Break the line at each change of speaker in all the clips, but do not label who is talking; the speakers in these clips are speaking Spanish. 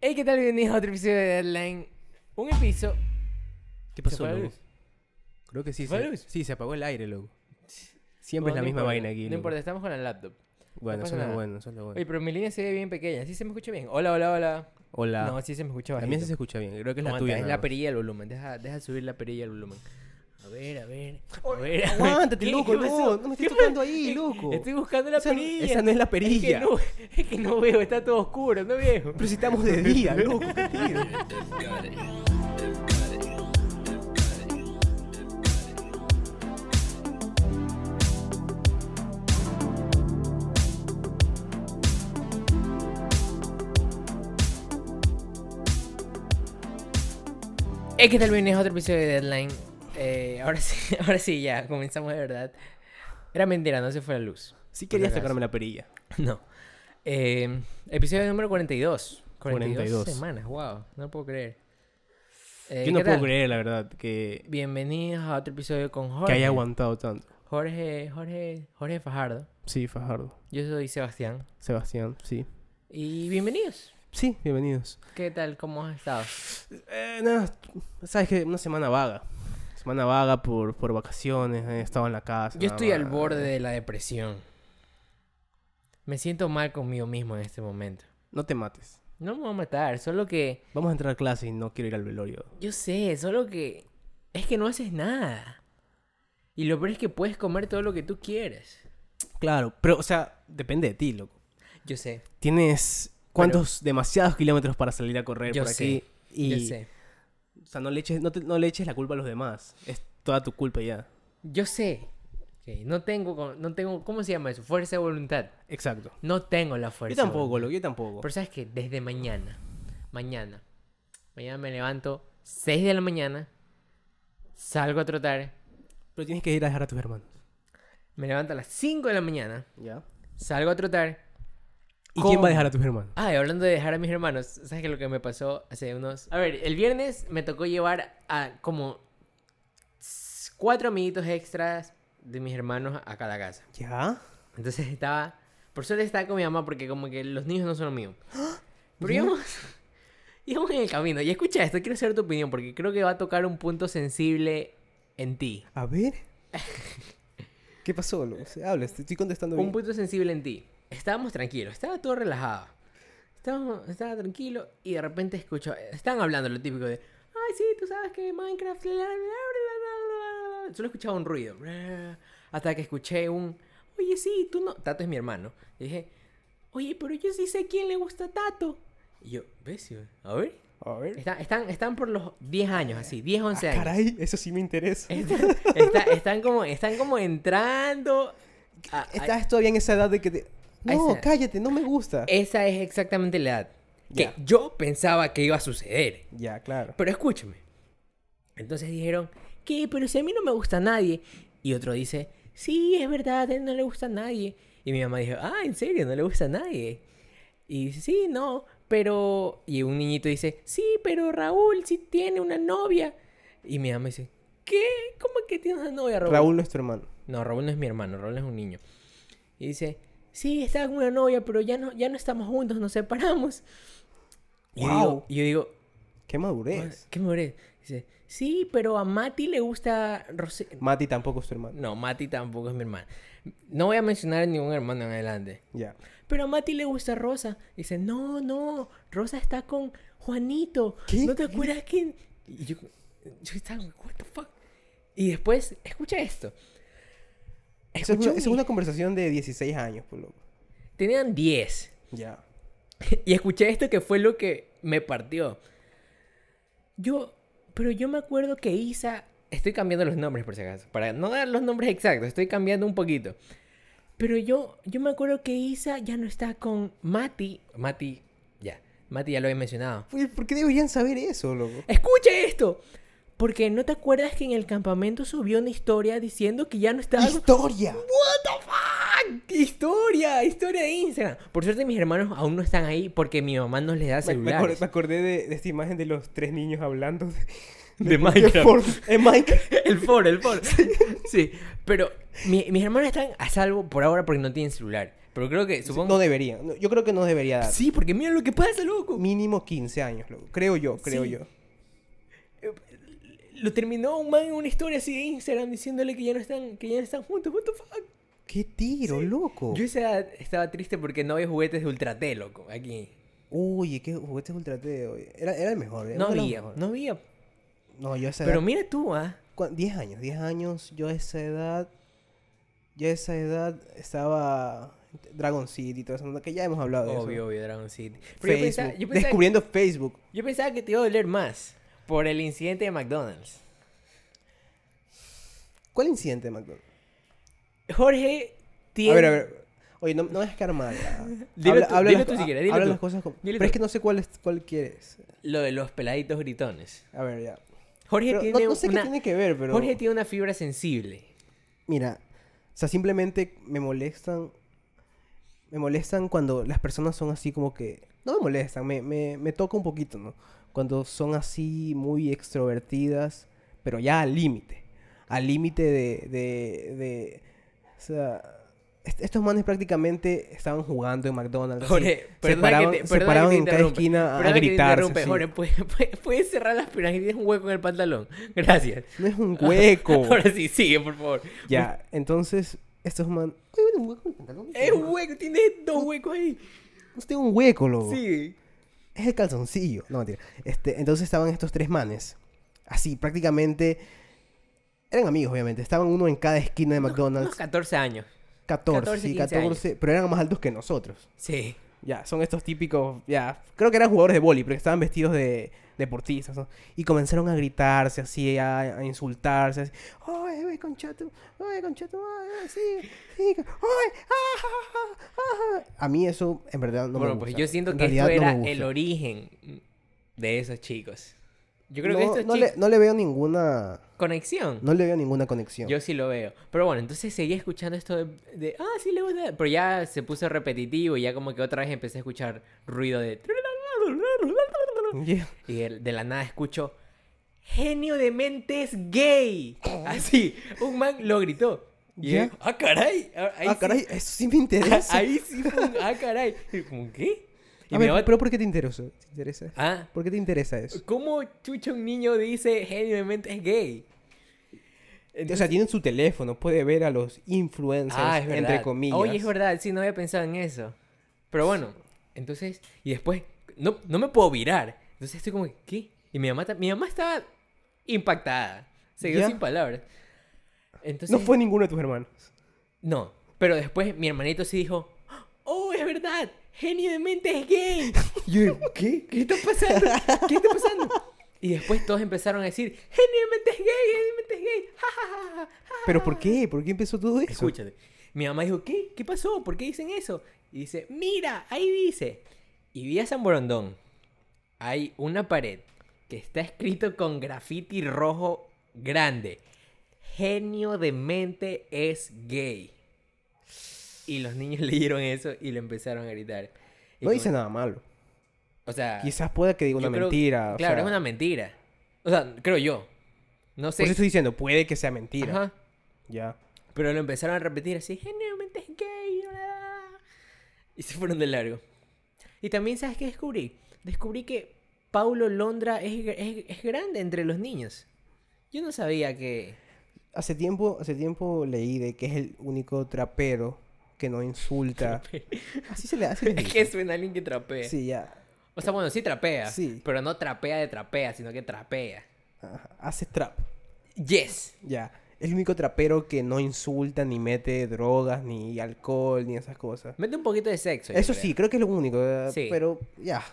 Hey, ¿qué tal? Bienvenidos a otro episodio de Deadline. Un episodio. ¿Se
¿Qué pasó,
fue la
loco?
luz?
Creo que sí.
¿Se fue la
Se,
luz?
sí, se apagó el aire, loco. Siempre
No,
es la
no
misma
importa,
vaina aquí.
No
loco.
importa, estamos con la laptop.
Bueno,
no
eso
pasa
es lo
nada.
bueno, eso es lo bueno.
Oye, pero mi línea se ve bien pequeña. ¿Sí se me escucha bien? Hola, hola, hola.
Hola.
No, sí se me escucha bajito.
También sí se escucha bien. Creo que es la
Aguanta,
tuya.
Es
nada
la
más.
perilla del volumen. Deja, deja subir la perilla del volumen. A ver, a ver. A ver. a ver.
Aguántate,
¿Qué-
loco.
qué
No,
pasó?
no me
¿Qué
estés
pa-
tocando ahí,
Eh,
loco.
Estoy buscando la
Esa no-
perilla.
esa no es la
Es que
perilla.
no, es que no veo, está todo oscuro, no veo.
Pero si estamos de día, loco. ¿qué tienes?
Hey, ¿qué tal? Bienvenidos a otro episodio de Deadline. Eh, ahora sí, ahora sí, ya, comenzamos de verdad. Era mentira, no se fue la luz.
Sí querías
acaso.
sacarme la perilla.
No. Eh, episodio número 42. 42,
42.
semanas, wow, no puedo creer. Eh,
Yo no
¿qué
puedo
tal?
creer, la verdad, que,
Bienvenidos a otro episodio con
que
Jorge.
haya aguantado tanto.
Jorge, Jorge, Jorge Fajardo.
Sí, Fajardo.
Yo soy Sebastián.
Sebastián, sí.
Y bienvenidos.
Sí, bienvenidos.
¿Qué tal? ¿Cómo has estado?
Eh, nada, sabes que una semana vaga. Semana vaga por, por vacaciones, he estado en la casa.
Yo
nada
estoy al
más.
borde de la depresión. Me siento mal conmigo mismo en este momento.
No te mates.
No me voy a matar, solo que...
Vamos a entrar a clase y no quiero ir al velorio.
Yo sé, solo que... Es que no haces nada. Y lo peor es que puedes comer todo lo que tú quieras.
Claro, pero, o sea, depende de ti, loco.
Yo sé,
Tienes cuántos demasiados kilómetros para salir a correr
Yo
por
sé,
aquí. Y,
yo sé.
O sea, no le, eches, no, te- no le eches la culpa a los demás. Es toda tu culpa ya.
Yo sé. Ok, No tengo, co- no tengo, ¿cómo se llama eso? Fuerza de voluntad.
Exacto.
No tengo la fuerza.
Yo
de
tampoco,
voluntad.
loco, yo tampoco.
Pero sabes que desde mañana, mañana, mañana me levanto 6 de la mañana, salgo a trotar,
Pero tienes que ir a dejar a tus hermanos.
me levanto a las 5 de la mañana,
¿Ya?
salgo a trotar.
¿Y
¿Cómo?
quién va a dejar a tus hermanos?
Ah, y hablando de dejar a mis hermanos, ¿sabes qué lo que me pasó hace unos... A ver, el viernes me tocó llevar a como cuatro amiguitos extras de mis hermanos a cada casa.
¿Ya?
Entonces estaba. Por suerte estaba con mi mamá porque, como que los niños no son los míos. Pero íbamos, íbamos en el camino. Y escucha esto, quiero saber tu opinión porque creo que va a tocar un punto sensible en ti.
A ver. ¿Qué pasó, loco? Habla, estoy contestando
Un punto sensible en ti. Estábamos tranquilos, estaba todo relajado. Estábamos, estaba tranquilo y de repente escucho. Estaban hablando lo típico de. Ay, sí, tú sabes que Minecraft. la, la, la, la, la, la, la". Solo escuchaba un ruido. Hasta que escuché un. Oye, sí, tú no. Tato es mi hermano. Y dije. Oye, pero yo sí sé quién le gusta a Tato. Y yo, ¿ves? sí, A ver.
A ver. Ah,
Están, están, están por los 10 años, así, 10, 11 Este, años. Eh,
Caray, eso sí me interesa.
Están, está- están como, están como entrando. a- a-
Estás todavía en esa edad de que te...
a
No,
esa-
cállate, no me gusta.
Esa es exactamente la edad que
Ya.
yo pensaba que iba a suceder.
Ya, claro.
Pero escúchame. Entonces dijeron, ¿qué? Pero si a mí no me gusta a nadie. Y otro dice, sí, es verdad, a él no le gusta a nadie. Y mi mamá dijo, ah, ¿en serio? No le gusta a nadie. Y dice, sí, no, pero... Y un niñito dice, sí, pero Raúl sí tiene una novia. Y mi mamá dice, ¿qué? ¿Cómo que tiene una novia, Raúl?
Raúl, nuestro hermano.
No, Raúl no es mi hermano, Raúl es un niño. Y dice, sí, estaba con una novia, pero ya no, ya no estamos juntos, nos separamos. Y yo digo-
Guau.
y yo digo,
Qué madurez.
¿Qué more? Dice, sí, pero a Mati le gusta Rosé.
Mati tampoco es tu hermano.
No, Mati tampoco es mi hermano. No voy a mencionar a ningún hermano en adelante.
Ya.
Pero a Mati le gusta Rosa. Dice, no, no, Rosa está con Juanito.
¿Qué?
¿No te acuerdas quién? Y yo, yo estaba, what the fuck? Y después, escucha esto.
Esa es, una,
Escuchó
esa es
mi-
una conversación de 16 años, pues loco.
Tenían 10.
Ya.
Y escuché esto que fue lo que me partió. Yo, pero yo me acuerdo que Isa, estoy cambiando los nombres por si acaso, para no dar los nombres exactos, estoy cambiando un poquito. Pero yo, yo me acuerdo que Isa ya no está con Mati. Mati, ya, Mati ya lo había mencionado.
Oye, ¿Por qué deberían saber eso, loco?
Escucha esto. Porque no te acuerdas que en el campamento subió una historia diciendo que ya no estaba... con-
¡Historia!
What the fuck? Historia, historia de Instagram. Por suerte mis hermanos aún no están ahí porque mi mamá no les da
Me, me acor-
celulares.
me acordé de, de esta imagen de los tres niños hablando de,
De
por qué
Minecraft.
Fortnite- en Minecraft.
El for, el for. Sí, pero mi- mis hermanos están a salvo por ahora porque no tienen celular. Pero creo que,
No
supongo...
debería. no, Yo creo que no debería dar.
Sí, porque mira lo que pasa, loco.
Mínimo 15 años, loco. Creo yo, creo
Sí.
yo.
Lo terminó un man en una historia así de Instagram diciéndole que ya no están, que ya no están juntos. What the fuck?
¡Qué tiro, loco!
Yo a esa edad estaba triste porque no había juguetes de Ultra T, loco, aquí.
Uy, qué oh, este juguetes ultra T, oye. Era, era el mejor. ¿eh? era
No
uno de los
había,
mejores.
no había.
No, yo a esa
Pero
edad.
mira tú, ah.
cua- 10 años, 10 años. Yo a esa edad. Yo a esa edad estaba. Dragon City y todo eso. Que ya hemos hablado de
Obvio,
eso.
obvio, Dragon City. Pero yo
Facebook.
pensaba, yo, pensaba,
Descubriendo Facebook.
yo pensaba que te iba a doler más por el incidente de McDonald's.
¿Cuál incidente, McDonald's?
Jorge tiene...
A ver, a ver. Oye, no, no me dejes mal. ya.
Dilo tú, dilo
las-
tú si
ha-
quieres, dilo
habla
tú.
las cosas como...
Dilo
Pero
tú.
es que no sé cuál, es, cuál quieres.
Lo de los peladitos gritones.
A ver, ya.
Jorge
Pero no,
tiene
no sé
una...
qué tiene que ver, pero...
Jorge tiene una fibra sensible.
Mira, o sea, simplemente me molestan... Me molestan cuando las personas son así como que... No me molestan, me, me, me toca un poquito, ¿no? Cuando son así muy extrovertidas, pero ya al límite. Al límite de, de, de... O sea... est- Estos manes prácticamente estaban jugando en McDonald's. así,
Jorge,
se
perdona
paraban,
que te,
se
perdona
paraban
que te
en cada
interrumpa,
esquina a- a
perdona que te
gritarse.
interrumpa,
así.
Jorge, ¿puedes, puedes- puedes cerrar las piernas y tienes un hueco en el pantalón. Gracias.
No es un hueco.
Ahora sí, sigue, por favor.
Ya, entonces, estos man. Oye, ¿ves un hueco en el pantalón?
Es un hueco, tienes dos huecos ahí.
No tengo un hueco, loco.
Sí.
Es el calzoncillo. No, mentira. Este, entonces estaban estos tres manes. Así, prácticamente. Eran amigos, obviamente. Estaban uno en cada esquina de
Unos
McDonald's.
14 años.
14,
14,
sí,
15
14. Pero eran más altos que nosotros.
Sí.
Ya, son estos típicos. Ya, creo que eran jugadores de vóley, pero estaban vestidos de deportistas. ¿no? Y comenzaron a gritarse así, a, a insultarse. Así, ¡Oye, ve con chato! ¡Oye, con chato! ¡Oye, sí! sí ¡Oye! ¡Ah, ja, ja, ja, ja". A mí eso, en verdad, no me
bueno,
gusta.
pues yo siento
En
que esto
realidad, no
era
me gusta.
el origen de esos chicos. Yo creo
no,
que estos
no
chicos.
le, no le veo ninguna.
Conexión.
No le veo ninguna conexión.
Yo sí lo veo. Pero bueno, entonces seguía escuchando esto de, de, Ah, sí le gusta. Pero ya se puso repetitivo y ya como que otra vez empecé a escuchar ruido de.
Yeah.
Y de, de la nada escucho. Genio de mentes gay. Así. Un man lo gritó. Y
Ya.
yo, ah, caray. ah, ahí
ah,
sí-
caray, eso sí me interesa.
Ahí sí fue un, ah, caray. Y yo como, ¿qué? Y
a
mi
ver,
mamá-
pero ¿por qué te interesa? ¿Te interesa?
ah,
¿Por qué te interesa eso?
¿cómo chucha un niño dice genio de mente es gay?
O sea, tienen su teléfono, puede ver a los influencers,
Ah, es verdad.
entre comillas.
Oye, es verdad, sí, no había pensado en eso. Pero bueno, entonces, y después, no, no me puedo virar. Entonces estoy como, ¿qué? Y mi mamá, ta- mi mamá estaba impactada. Se quedó
Ya.
sin palabras. Entonces,
No fue ninguno de tus hermanos.
No, pero después mi hermanito sí dijo, ¡Oh, es verdad! ¡Genio de mente es gay!
Yo, ¿qué?
¿Qué está pasando? ¿Qué está pasando? Y después todos empezaron a decir, ¡Genio de mente es gay! ¡Genio de mente es gay! ¡Ja, ja, ja, ja, ja".
¿Pero por qué? ¿Por qué empezó todo eso?
Escúchate. Mi mamá dijo, ¿qué? ¿Qué pasó? ¿Por qué dicen eso? Y dice, mira, ahí dice. Y vi a San Borondón. Hay una pared que está escrito con grafiti rojo grande. Genio de mente es gay. Y los niños leyeron eso y lo empezaron a gritar. Y
No
como-
dice nada malo.
O sea,
Quizás pueda que diga
Ah. yo
una
creo-
mentira. o
Claro,
sea,
es una mentira. O sea, creo yo. No sé.
Por eso estoy diciendo, puede que sea mentira.
Ajá.
Ya.
Pero lo empezaron a repetir así, generalmente es gay. bla, bla, bla". Y se fueron de largo. Y también, ¿sabes qué descubrí? Descubrí que Paulo Londra es, es- es grande entre los niños. Yo no sabía que...
Hace tiempo, hace tiempo leí de que es el único trapero que no insulta. así se le hace.
Es que suena a alguien que trapea.
Sí, ya.
O sea, bueno, sí trapea.
Sí.
Pero no trapea de trapea, sino que trapea.
Ajá, Hace trap.
Yes.
Ya. Es el único trapero que no insulta, ni mete drogas, ni alcohol, ni esas cosas.
Mete un poquito de sexo. yo
Eso
creo.
sí, creo que es lo único. eh,
Sí.
Pero ya.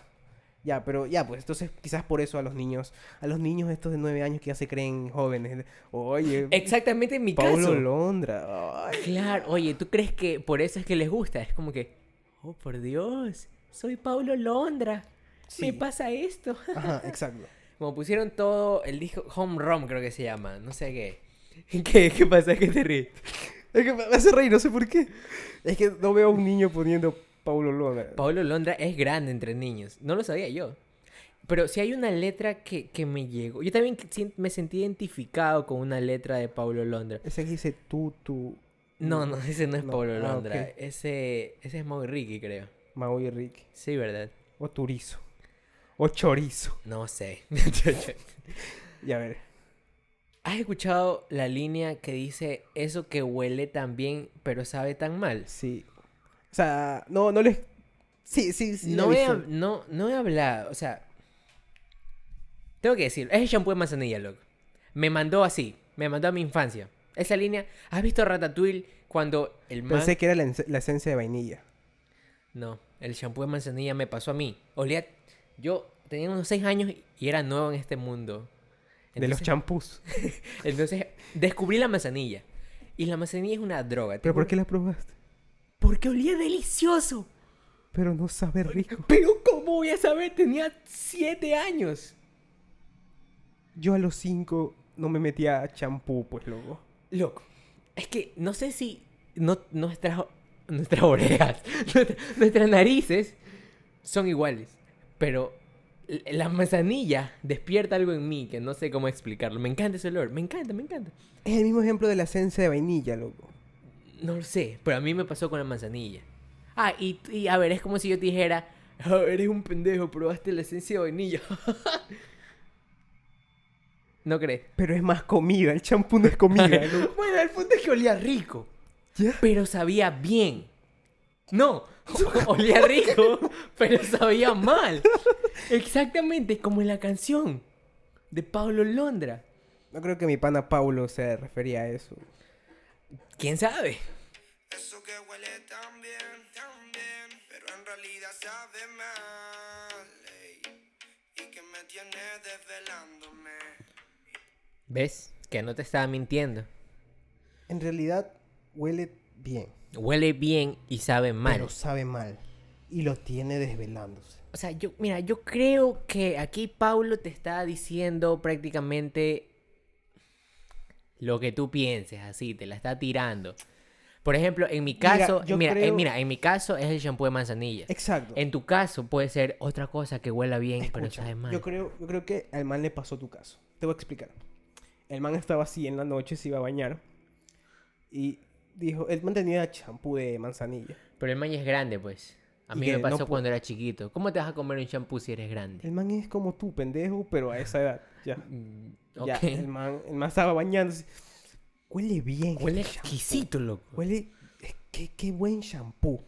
Ya, pero ya, pues entonces quizás por eso a los niños, a los niños estos de nueve años que ya se creen jóvenes. Oye,
Exactamente en mi
Paulo
caso.
Londra. ay.
Claro, oye, ¿tú crees que por eso es que les gusta? Es como que, oh, por Dios, soy Paulo Londra.
Sí.
Me pasa esto.
Ajá, exacto.
Como pusieron todo el disco Home Rom, creo que se llama, no sé qué. ¿Qué, qué pasa? ¿Qué te ríes?
Es que me hace reír, no sé por qué. Es que no veo a un niño poniendo Paulo Londra.
Paulo Londra es grande entre niños. No lo sabía yo. Pero si hay una letra que, que me llegó. Yo también que- sien- me sentí identificado con una letra de Paulo Londra.
Ese que dice tú, tú,
No, no, ese Mm. no es
No,
Pablo
ah,
Londra.
ok.
Ese, ese es Mau y Ricky, creo.
Maui y Ricky.
Sí, ¿verdad?
O Turizo. O Chorizo.
No sé.
Y a ver.
¿Has escuchado la línea que dice eso que huele tan bien pero sabe tan mal?
Sí. O sea, no, no les. Sí, sí, sí.
no,
la
he,
he
hab-
visto.
no, no he hablado, o sea... Tengo que decir, es el shampoo de manzanilla, loco. Me mandó así, me mandó a mi infancia. Esa línea, ¿has visto Ratatouille cuando el man...
Pensé que era la, ens- la esencia de vainilla.
No, el shampoo de manzanilla me pasó a mí. Olía, yo tenía unos 6 años y era nuevo en este mundo.
de los
Entonces-
champús.
Entonces, descubrí la manzanilla. Y la manzanilla es una droga. te
¿Pero por
juro.
qué la probaste?
Porque olía delicioso.
Pero no sabe rico.
Pero ¿cómo voy a saber? Tenía 7 años.
Yo a los cinco no me metía a champú, pues, loco.
Loco, es que no sé si no, nuestras, nuestras orejas, nuestra- nuestras narices son iguales, pero l- la manzanilla despierta algo en mí que no sé cómo explicarlo. Me encanta ese olor, me encanta, me encanta.
Es el mismo ejemplo de la esencia de vainilla, loco.
No lo sé, pero a mí me pasó con la manzanilla. Ah, y, y a ver, es como si yo te dijera, a ver, eres un pendejo, probaste la esencia de vainilla. ¿No crees?
Pero es más comida, el champú no es comida, loco.
Bueno, el punto es que olía rico.
¿Ya?
pero sabía bien. No, o- olía rico, pero sabía mal. Exactamente como en la canción de Pablo Londra.
No creo que mi pana Paulo se refería a eso.
¿Quién sabe?
Eso que huele tan bien, tan bien, pero en realidad sabe mal. ey. Y que me tiene desvelándome.
¿Ves? Que no te estaba mintiendo.
En realidad, huele bien,
Huele bien y sabe mal.
pero sabe mal. Y lo tiene desvelándose.
O sea, yo, mira, yo creo que aquí Paulo te está diciendo prácticamente lo que tú pienses, así, te la está tirando. Por ejemplo, en mi
Mira,
caso, mira,
yo
eh,
creo-
mira, en mi caso es el shampoo de manzanilla.
Exacto.
En tu caso puede ser otra cosa que huela bien, pero
Escucha,
sabe mal.
Yo creo, yo creo que al man le pasó tu caso. Te voy a explicar. El man estaba así en la noche, se iba a bañar. Y dijo, el man tenía champú de manzanilla.
Pero el man ya es grande, pues. A
Y
mí me
que no
pasó
pu-
cuando era chiquito. ¿Cómo te vas a comer un shampoo si eres grande?
El man es como tú, pendejo, pero a esa edad. Ya.
Mm,
Ya,
ok.
el man, el man estaba bañándose. Huele bien.
Huele
este champú.
exquisito, loco.
Huele. eh, Qué, qué buen shampoo.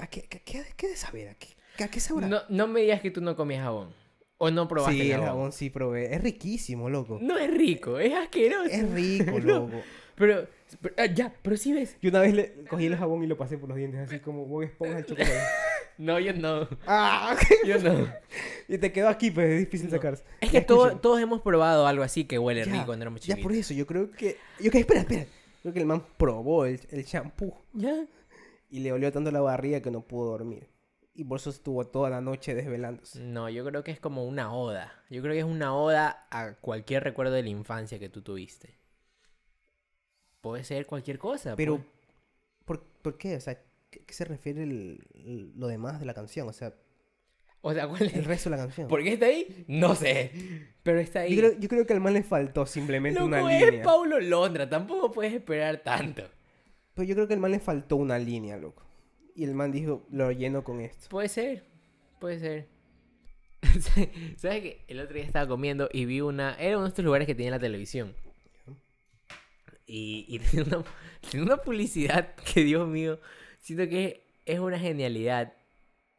¿A qué, qué, qué, qué de saber? ¿A qué, a qué sabrá?
No, no me digas que tú no comías jabón. O no probaste
sí,
el
el
jabón.
jabón sí probé. Es riquísimo, loco.
No es rico, es asqueroso.
Es rico,
No.
loco.
Pero, pero- ah, ya, pero sí ves.
Yo una vez le cogí el jabón y lo pasé por los dientes, así como Bob Esponja al chocolate.
No, yo no.
¡Ah!
Yo no.
y te quedó aquí, pues es difícil sacarse.
Es
Ya,
que todo-
escucha,
todos hemos probado algo así que huele
ya,
rico cuando éramos
Ya por
chiquitos.
eso, yo creo que. Yo que, espera, espera. Creo que el man probó el, el shampoo
Ya.
y le olió tanto la barriga que no pudo dormir. Y por eso estuvo toda la noche desvelándose.
No, yo creo que es como una oda. Yo creo que es una oda a cualquier recuerdo de la infancia que tú tuviste. Puede ser cualquier cosa.
Pero,
pues.
¿por, por qué? O sea, ¿qué, qué se refiere el- el- lo demás de la canción? O sea,
O sea, ¿cuál es?
el resto de la canción.
¿Por qué está ahí? No sé. Pero está ahí.
Yo creo, yo creo que al man le faltó simplemente
Loco,
una
es
línea.
Paulo Londra. Tampoco puedes esperar tanto.
Pero yo creo que el man le faltó una línea, loco. Y el man dijo, lo lleno con esto.
Puede ser, puede ser. ¿Sabes qué? El otro día estaba comiendo y vi una. Era uno de estos lugares que tenía la televisión. Y, y tenía, una, tenía una publicidad que, Dios mío, siento que es una genialidad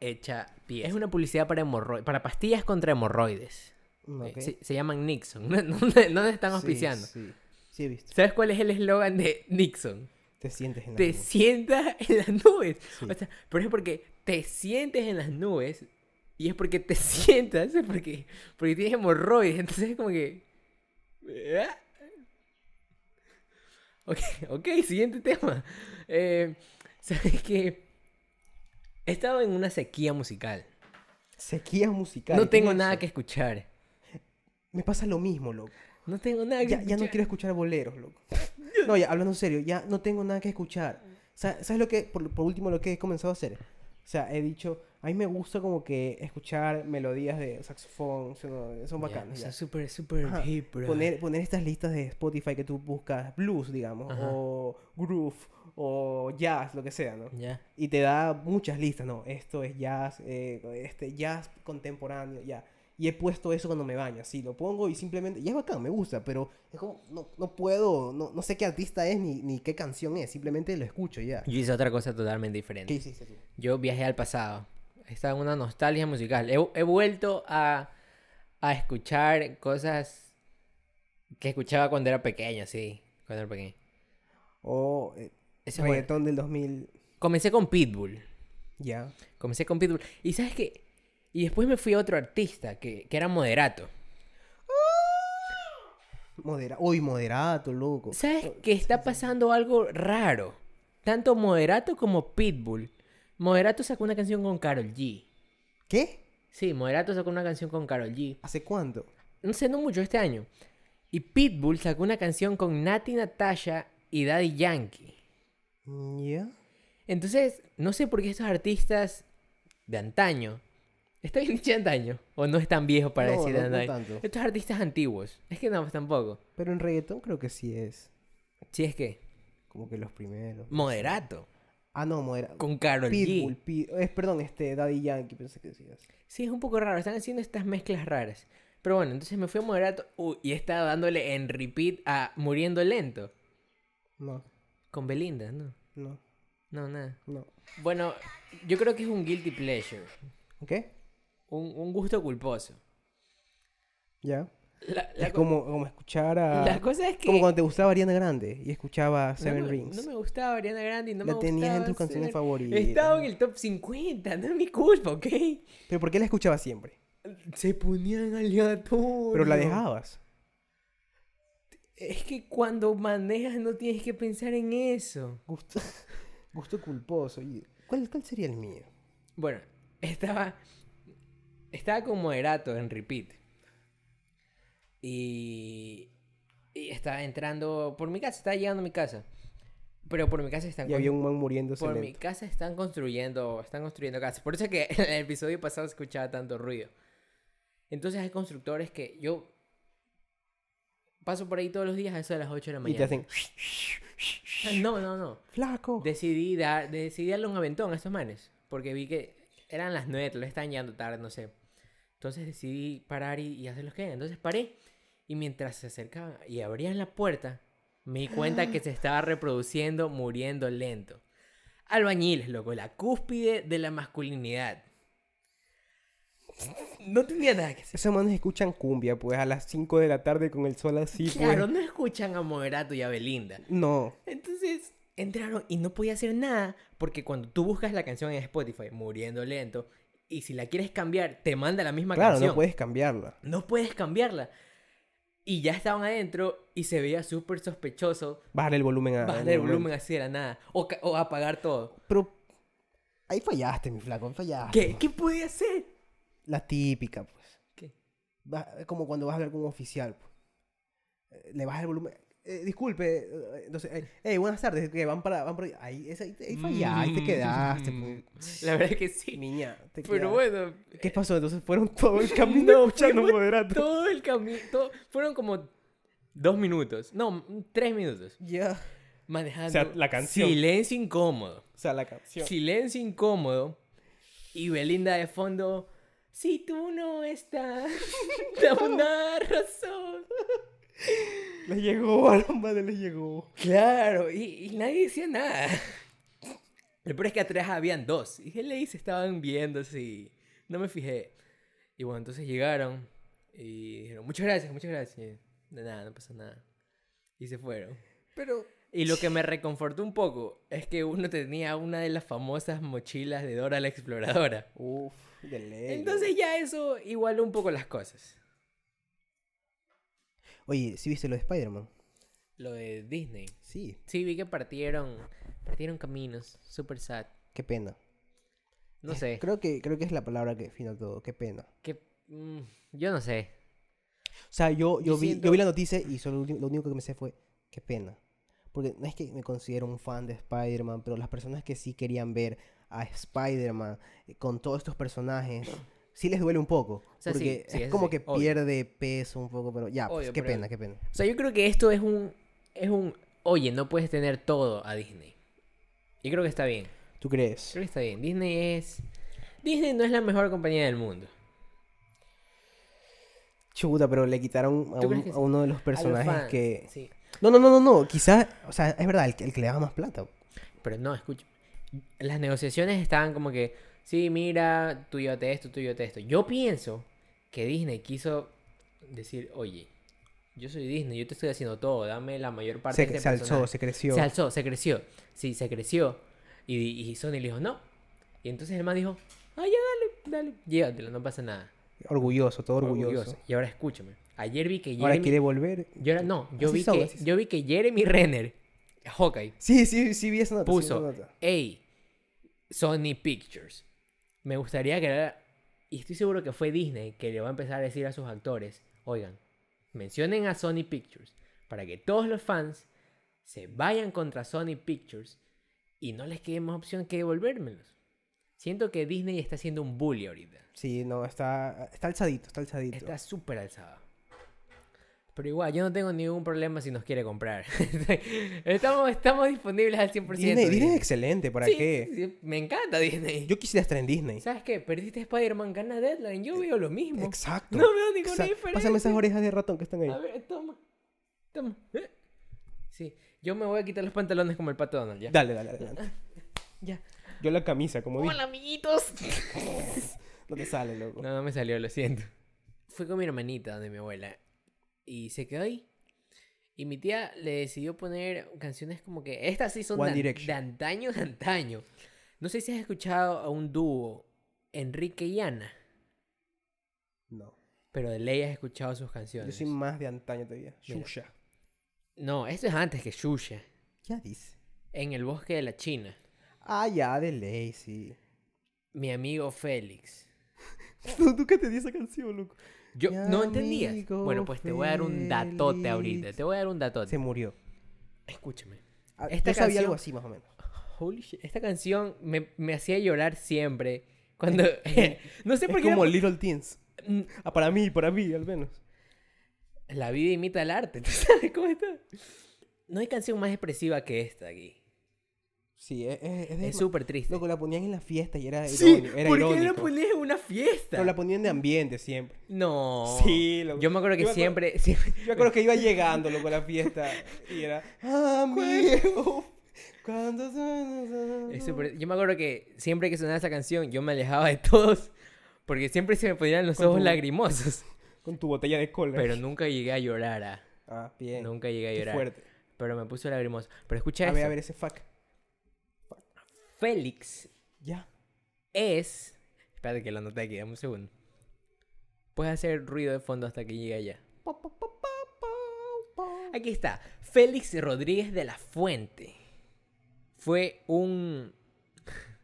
hecha pie. Es una publicidad para, hemorroi- para pastillas contra hemorroides.
Mm,
Eh,
ok.
Se, se llaman Nixon. No, no- no- no te están
Sí,
auspiciando.
Sí, sí he visto.
¿Sabes cuál es el eslogan de Nixon?
Te sientes en la
te
nube.
sientas en las nubes.
Sí.
O sea, pero es porque te sientes en las nubes y es porque te sientas, es porque, porque tienes hemorroides. Entonces es como que. ¿Ah? Ok, ok, siguiente tema. Eh, Sabes que he estado en una sequía musical.
Sequía musical.
No
¿qué
tengo
es
nada
eso?
que escuchar.
Me pasa lo mismo, loco.
No tengo nada que
Ya, ya no
escuchar.
quiero escuchar boleros, loco. No, ya, hablando en serio, ya no tengo nada que escuchar. Sa- ¿Sabes lo que, por, por último, lo que he comenzado a hacer? O sea, he dicho, A mí me gusta como que escuchar melodías de saxofón, son, son
Ya,
bacanas.
o
ya.
sea, súper, súper
Ajá.
hip, bro.
Poner, poner estas listas de Spotify que tú buscas blues, digamos,
Ajá.
o groove, o jazz, lo que sea, ¿no?
Ya.
Y te da muchas listas, ¿no? Esto es jazz, eh, este jazz contemporáneo, ya. Y he puesto eso cuando me baño, así lo pongo y simplemente, ya es bacán, me gusta, pero es como, no, no puedo, no, no sé qué artista es ni, ni qué canción es, simplemente lo escucho y ya.
Yo hice otra cosa totalmente
¿Qué
diferente.
hiciste tú?
Yo viajé al pasado. Estaba en una nostalgia musical. He, he vuelto a, a escuchar cosas que escuchaba cuando era pequeño, sí. Cuando era pequeño.
O eh,
Ese fue-
reggaetón del 2000,
Comencé con Pitbull.
ya.
Comencé con Pitbull. Y sabes qué? Y después me fui a otro artista que, que era moderato.
Modera, uy, moderato, loco.
¿Sabes que está pasando algo raro? Tanto moderato como Pitbull. Moderato sacó una canción con Carol G.
¿Qué?
Sí, moderato sacó una canción con Carol G.
¿Hace cuánto?
no sé, no mucho este año. Y Pitbull sacó una canción con Nati Natasha y Daddy Yankee.
Ya.
Entonces, no sé por qué estos artistas de antaño, ¿está bien dicho antaño? ¿O no es tan viejo para
No,
decir
no- no
antaño?
tanto.
Estos artistas antiguos, es que no, pues tampoco.
Pero en reggaetón creo que sí es.
Si es que,
Como que los primeros.
moderato,
Ah, no, moderato.
con Karol
Pitbull,
G.
Pit- es, perdón, este Daddy Yankee, pensé que decías.
Sí, es un poco raro, están haciendo estas mezclas raras. Pero bueno, entonces me fui a moderato uy, y estaba dándole en repeat a Muriendo Lento,
No,
con Belinda, ¿no?
no,
No, nada.
no.
Bueno, yo creo que es un guilty pleasure,
¿Qué?
un, un gusto culposo.
Ya.
La, la
Es
co-
como, como escuchar a.
la cosa es que
Como cuando te gustaba Ariana Grande y escuchaba
no,
Seven
me,
Rings.
no me gustaba Ariana Grande y no
La
me
tenías en
gustaba
tus canciones
ser-
favoritas.
Estaba en el top 50, no es mi culpa, ¿ok?
Pero ¿por qué la escuchabas siempre?
Se ponían aleatorio.
Pero la dejabas.
Es que cuando manejas no tienes que pensar en eso.
Gusto, gusto culposo. ¿Y ¿Cuál, ¿Cuál sería el mío?
Bueno, estaba. Estaba con moderato en repeat. Y. Y estaba entrando por mi casa, estaba llegando a mi casa. Pero por mi casa están
Y
con-
había un man muriéndose.
Por mi
lento.
casa están construyendo, están construyendo casas. Por eso es que en el episodio pasado escuchaba tanto ruido. Entonces hay constructores que yo paso por ahí todos los días a eso de las 8 de la
Y
mañana.
te hacen.
No, no, no.
¡Flaco!
Decidí, dar, decidí darle un aventón a estos manes. Porque vi que eran las 9, lo estaban llegando tarde, no sé. Entonces decidí parar y, y hacerlos que Entonces paré. Y mientras se acercaban y abrían la puerta, me di cuenta que se estaba reproduciendo muriendo lento. Albañiles, loco, la cúspide de la masculinidad. No tenía nada que hacer.
Esos manes escuchan cumbia, pues, a las 5 de la tarde con el sol así,
Claro,
pues.
no escuchan a Moderato y a Belinda.
No.
Entonces entraron y no podía hacer nada porque cuando tú buscas la canción en Spotify, muriendo lento, y si la quieres cambiar, te manda la misma
Claro,
canción.
no puedes cambiarla.
No puedes cambiarla. Y ya estaban adentro y se veía súper sospechoso
Bajar el volumen a.
bajar
algún
el
momento.
volumen así de la nada o, ca- o apagar todo.
Pero ahí fallaste, mi flaco, ahí fallaste.
¿Qué, ¿Qué podía hacer?
La típica, pues.
¿Qué?
Va- es como cuando vas a hablar con un oficial, pues. Eh, Le bajas el volumen. Eh, disculpe, eh, entonces, eh, hey, buenas tardes, que van para, van para ahí, es- ahí, te- ahí fallaste, te quedaste, pues.
La verdad es que Mm. sí.
Niña, te
Pero
quedaste.
bueno,
¿Qué pasó? Entonces fueron todo el camino escuchando
fuimos
moderato.
todo el camino, fueron como dos minutos, no, tres minutos,
Ya.
manejando
la canción.
silencio incómodo.
O sea, la canción.
Silencio incómodo. Y Belinda de fondo. Si tú no estás, dame una razón.
Les llegó, a los madres les llegó.
Claro, y, y nadie decía nada. Lo peor es que atrás habían dos. Y él le se estaban viendo así. No me fijé. Y bueno, entonces llegaron y dijeron, muchas gracias, muchas gracias. De nada, no pasó nada. Y se fueron.
Pero
Y lo que me reconfortó un poco es que uno tenía una de las famosas mochilas de Dora la Exploradora.
Uf, de ley.
Entonces ya eso igualó un poco las cosas.
Oye, ¿sí viste lo de Spider-Man?
Lo de Disney.
Sí,
Sí, vi que partieron, partieron caminos. Super sad.
qué pena.
No sé.
Creo que, creo que es la palabra que define todo, qué pena.
Que, mm, yo no sé.
O sea, yo, yo,
Yo
vi,
siento-
yo vi la noticia y solo lo ulti- lo único que me sé fue, qué pena. Porque no es que me considero un fan de Spider-Man, pero las personas que sí querían ver a Spider-Man, eh, con todos estos personajes, sí les duele un poco.
sea, sí,
porque
sí,
es
eso
como
sí,
que
obvio.
pierde peso un poco, pero ya, pues,
Obvio,
qué
pero-
pena, qué pena.
O sea, yo creo que esto es un. Es un. Oye, no puedes tener todo a Disney. Y creo que está bien.
¿Tú crees?
Creo que está bien. Disney es. Disney no es la mejor compañía del mundo.
Chuta, pero le quitaron a,
¿Tú
un-
crees que
a
sí?
uno de los
A los
personajes
fans,
que...
Sí.
No, no, no, no, no, quizás, o sea, es verdad, el que, el que le daba más plata.
Pero no, escucha. Las negociaciones estaban como que. Sí, mira, tú llévate esto, tú llévate esto. Yo pienso que Disney quiso decir, oye, yo soy Disney, yo te estoy haciendo todo, dame la mayor parte
Se,
de este
se alzó,
personaje".
se creció.
Se alzó, se creció. Sí, se creció. Y, y Sony le dijo, no. Y entonces el man dijo, ah, ya dale, dale, llévatelo, no pasa nada.
Orgulloso, todo orgulloso.
Y ahora escúchame. Ayer vi que
Ahora
Jeremy...
quiere volver.
Yo era- no, yo
Así
vi,
son,
que,
así son.
yo vi que Jeremy Renner, Hawkeye,
Sí, sí, sí, vi esa nota. sí vi
puso,
esa nota.
hey, Sony Pictures. Me gustaría que... era-" Y estoy seguro que fue Disney que le va a empezar a decir a sus actores, oigan, mencionen a Sony Pictures para que todos los fans se vayan contra Sony Pictures y no les quede más opción que devolvérmelos. Siento que Disney está haciendo un bully ahorita.
Sí, no, está, está alzadito, está alzadito.
Está súper alzada. Pero igual, yo no tengo ningún problema si nos quiere comprar. estamos, estamos disponibles al 100%.
Disney, Disney
Disney.
es excelente, ¿para
Sí,
qué?
sí, me encanta Disney.
Yo quisiera estar en Disney.
¿Sabes qué? Perdiste Spider-Man, gana Deadline. Yo veo lo mismo.
Exacto.
No veo ninguna
exacto.
diferencia.
Pásame esas orejas de ratón que están ahí.
A ver, toma. Toma. Sí, yo me voy a quitar los pantalones como el pato Donald. Ya.
Dale, dale, adelante.
ya.
Yo la camisa, como dije.
Hola, amiguitos.
No te sale, loco.
No, no me salió, lo siento. Fui con mi hermanita donde mi abuela y se quedó ahí. Y mi tía le decidió poner canciones como que estas sí son
One
de, an-
Direction.
de antaño, de antaño. No sé si has escuchado a un dúo, Enrique y Ana,
No.
pero de ley has escuchado sus canciones.
Yo soy más de antaño todavía.
Mira.
Shusha.
No, esto es antes que Xuxa,
Ya dice.
en el bosque de la China.
Ah, ya, de ley, sí.
Mi amigo Félix.
No, nunca te di esa canción, loco.
Yo
Mi
no entendías.
amigo
Bueno, pues te voy a dar un datote ahorita.
Félix.
Te voy a dar un datote.
Se murió.
Escúchame.
Ah,
Esta
yo sabía
canción-
algo así, más o menos.
Holy shit, Esta canción me, me hacía llorar siempre. Cuando. no sé por
Es
qué. era
como Little Teens.
Mm,
Ah, para mí, para mí, al menos.
La vida imita el arte. ¿Tú sabes cómo está? No hay canción más expresiva que esta aquí.
Sí, es, es,
Es súper triste.
Loco, la ponían en las fiestas y era irónico.
sí,
era
¿por qué la
irónico.
ponías en una fiesta?
Pero la ponían de ambiente siempre.
No.
Sí, loco.
Oh. Yo me acuerdo que
Yo me acuerdo-
siempre, siempre-
Yo creo que iba llegando, loco, a la fiesta y era... Amigo, cuando suena...
es súper- Yo me acuerdo que siempre que sonaba esa canción, yo me alejaba de todos. Porque siempre se me ponían los
Con
ojos
tu-
lagrimosos.
Con tu botella de cola.
Pero nunca llegué a llorar. ah.
Ah, bien.
Nunca llegué a
Qué
llorar.
fuerte.
Pero me puso lagrimoso. Pero escucha
A ver,
esto.
a ver, ese fuck.
Félix
Ya.
es. Espérate que lo anoté aquí, dame un segundo. Puedes hacer ruido de fondo hasta que llegue allá. Aquí está. Félix Rodríguez de la Fuente. Fue un.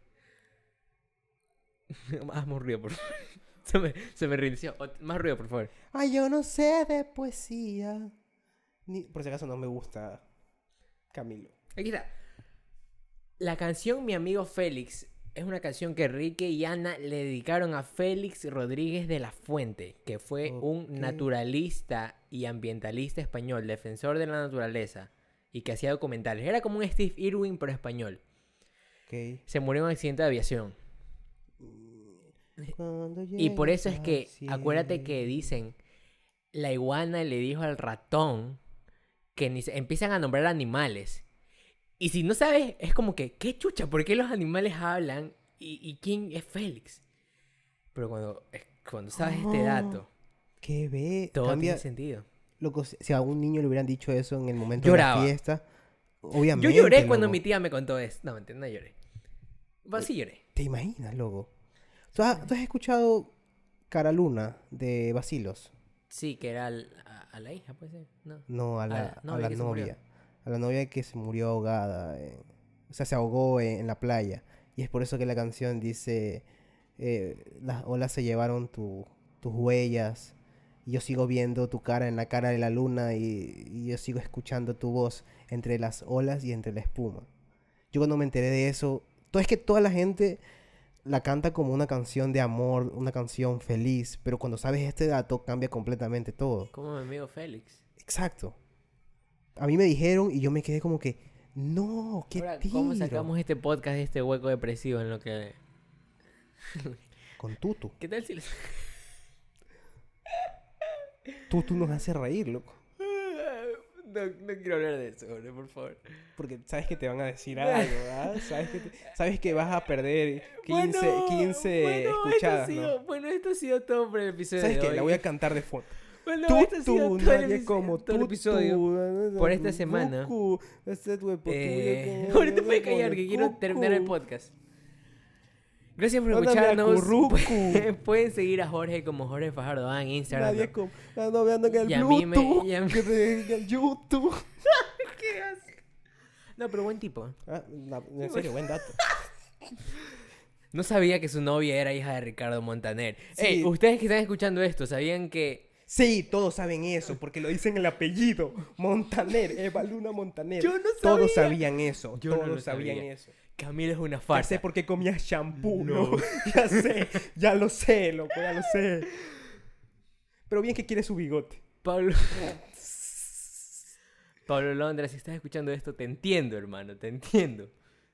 Haz más ruido, por favor. Se me, se me reinició. Ot- Más ruido, por favor.
Ay, yo no sé de poesía. Ni- Por si acaso no me gusta Camilo.
Aquí está. La canción Mi amigo Félix es una canción que Enrique y Ana le dedicaron a Félix Rodríguez de la Fuente, que fue
Ok.
un naturalista y ambientalista español, defensor de la naturaleza y que hacía documentales. Era como un Steve Irwin pero español.
Ok.
Se murió en un accidente de aviación. Y por eso es que, acuérdate que dicen, la iguana le dijo al ratón que ni se- empiezan a nombrar animales. Y si no sabes, es como que, ¿qué chucha? ¿Por qué los animales hablan? ¿Y, y quién es Félix? Pero cuando, es- cuando sabes este
Oh,
dato,
Que ve.
todo
cambia-
tiene sentido.
Loco, si si a un niño le hubieran dicho eso en el momento
Lloraba.
de la fiesta, obviamente.
Yo lloré cuando
loco.
mi tía me contó esto. No, mentira, no lloré. Bueno, sí lloré.
¿Te imaginas, loco? ¿Tú has, tú has escuchado Cara Luna de Basilos?
Sí, que era al- a, a la hija, puede ser. No.
No, a la,
la
a
novia
la
que se murió.
novia. A la novia que se murió ahogada. eh, o sea, se ahogó en, en la playa. Y es por eso que la canción dice: eh, Las olas se llevaron tu- tus huellas. Y yo sigo viendo tu cara en la cara de la luna. Y, y yo sigo escuchando tu voz entre las olas y entre la espuma. Yo cuando me enteré de eso, to- es que toda la gente la canta como una canción de amor, una canción feliz, pero cuando sabes este dato cambia completamente todo.
Como mi amigo Félix.
Exacto. A mí me dijeron y yo me quedé como que, no, qué
Ahora,
tiro.
¿cómo sacamos este podcast de este hueco depresivo en lo que... e-?
Con Tutu.
¿Qué tal si... les-
Tutu nos hace reír, loco.
No, no quiero hablar de eso, bro, por favor.
Porque sabes que te van a decir algo, ¿verdad? Sabes que, te- sabes que vas a perder 15, 15
bueno,
escuchadas,
esto ha
¿no?
sido, Bueno, esto ha sido todo por el episodio
¿Sabes
de
qué?
hoy.
La voy a cantar de fondo.
Bueno,
Tú,
esto ha sido
tú,
todo el
nadie
episodio-
como
todo el
tú,
episodio.
tú,
por esta semana.
Goku, este tu epo-
Eh,
tu- tu-
ahorita puedes
tu-
callar que quiero
Goku.
terminar el podcast. Gracias por
Mándame a
escucharnos.
Currucu.
Pu- Pueden seguir a Jorge como Jorge Fajardo en Instagram.
Nadie ah, como... Ando veando que el
Y a mí me-
Bluetooth,
y a mí-
que te- que el YouTube.
No, pero buen tipo.
Ah, no, en serio, buen dato.
No sabía que su novia era hija de Ricardo Montaner.
Sí.
Ey, ustedes que están escuchando esto, ¿sabían que
Sí, todos saben eso, porque lo dicen el apellido. Montaner, Eva Luna Montaner.
Yo no
Todos
sabía.
sabían eso,
Yo no
todos
lo
sabían
sabía.
eso.
Camilo es una
Ya
farsa?
sé por qué comías shampoo,
No.
no. ya sé, ya lo sé, loco, ya lo sé. Pero bien que quiere su bigote.
Pablo... Pablo Londra, si estás escuchando esto, te entiendo, hermano, te entiendo.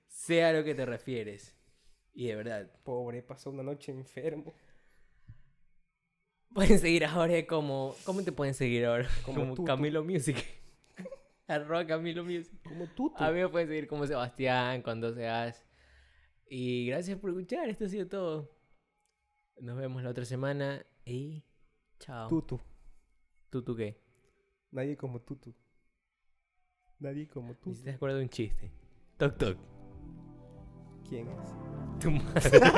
Sé a lo que te refieres. Y de verdad,
Pobre, pasó una noche enfermo.
pueden seguir a Jorge como... ¿Cómo te pueden seguir ahora?
Como
Como,
tú, tú.
Camilo Music. Arroba Camilo Music.
Como tú, tú.
A mí me pueden seguir como Sebastián, cuando seas. Y gracias por escuchar, esto ha sido todo. Nos vemos la otra semana y chao.
Tú, tú.
¿Tú, tú qué?
Nadie como tú, tú. Nadie como tú.
Ni si te acuerdas de un chiste. Toc, toc.
¿Quién es?
Tu madre.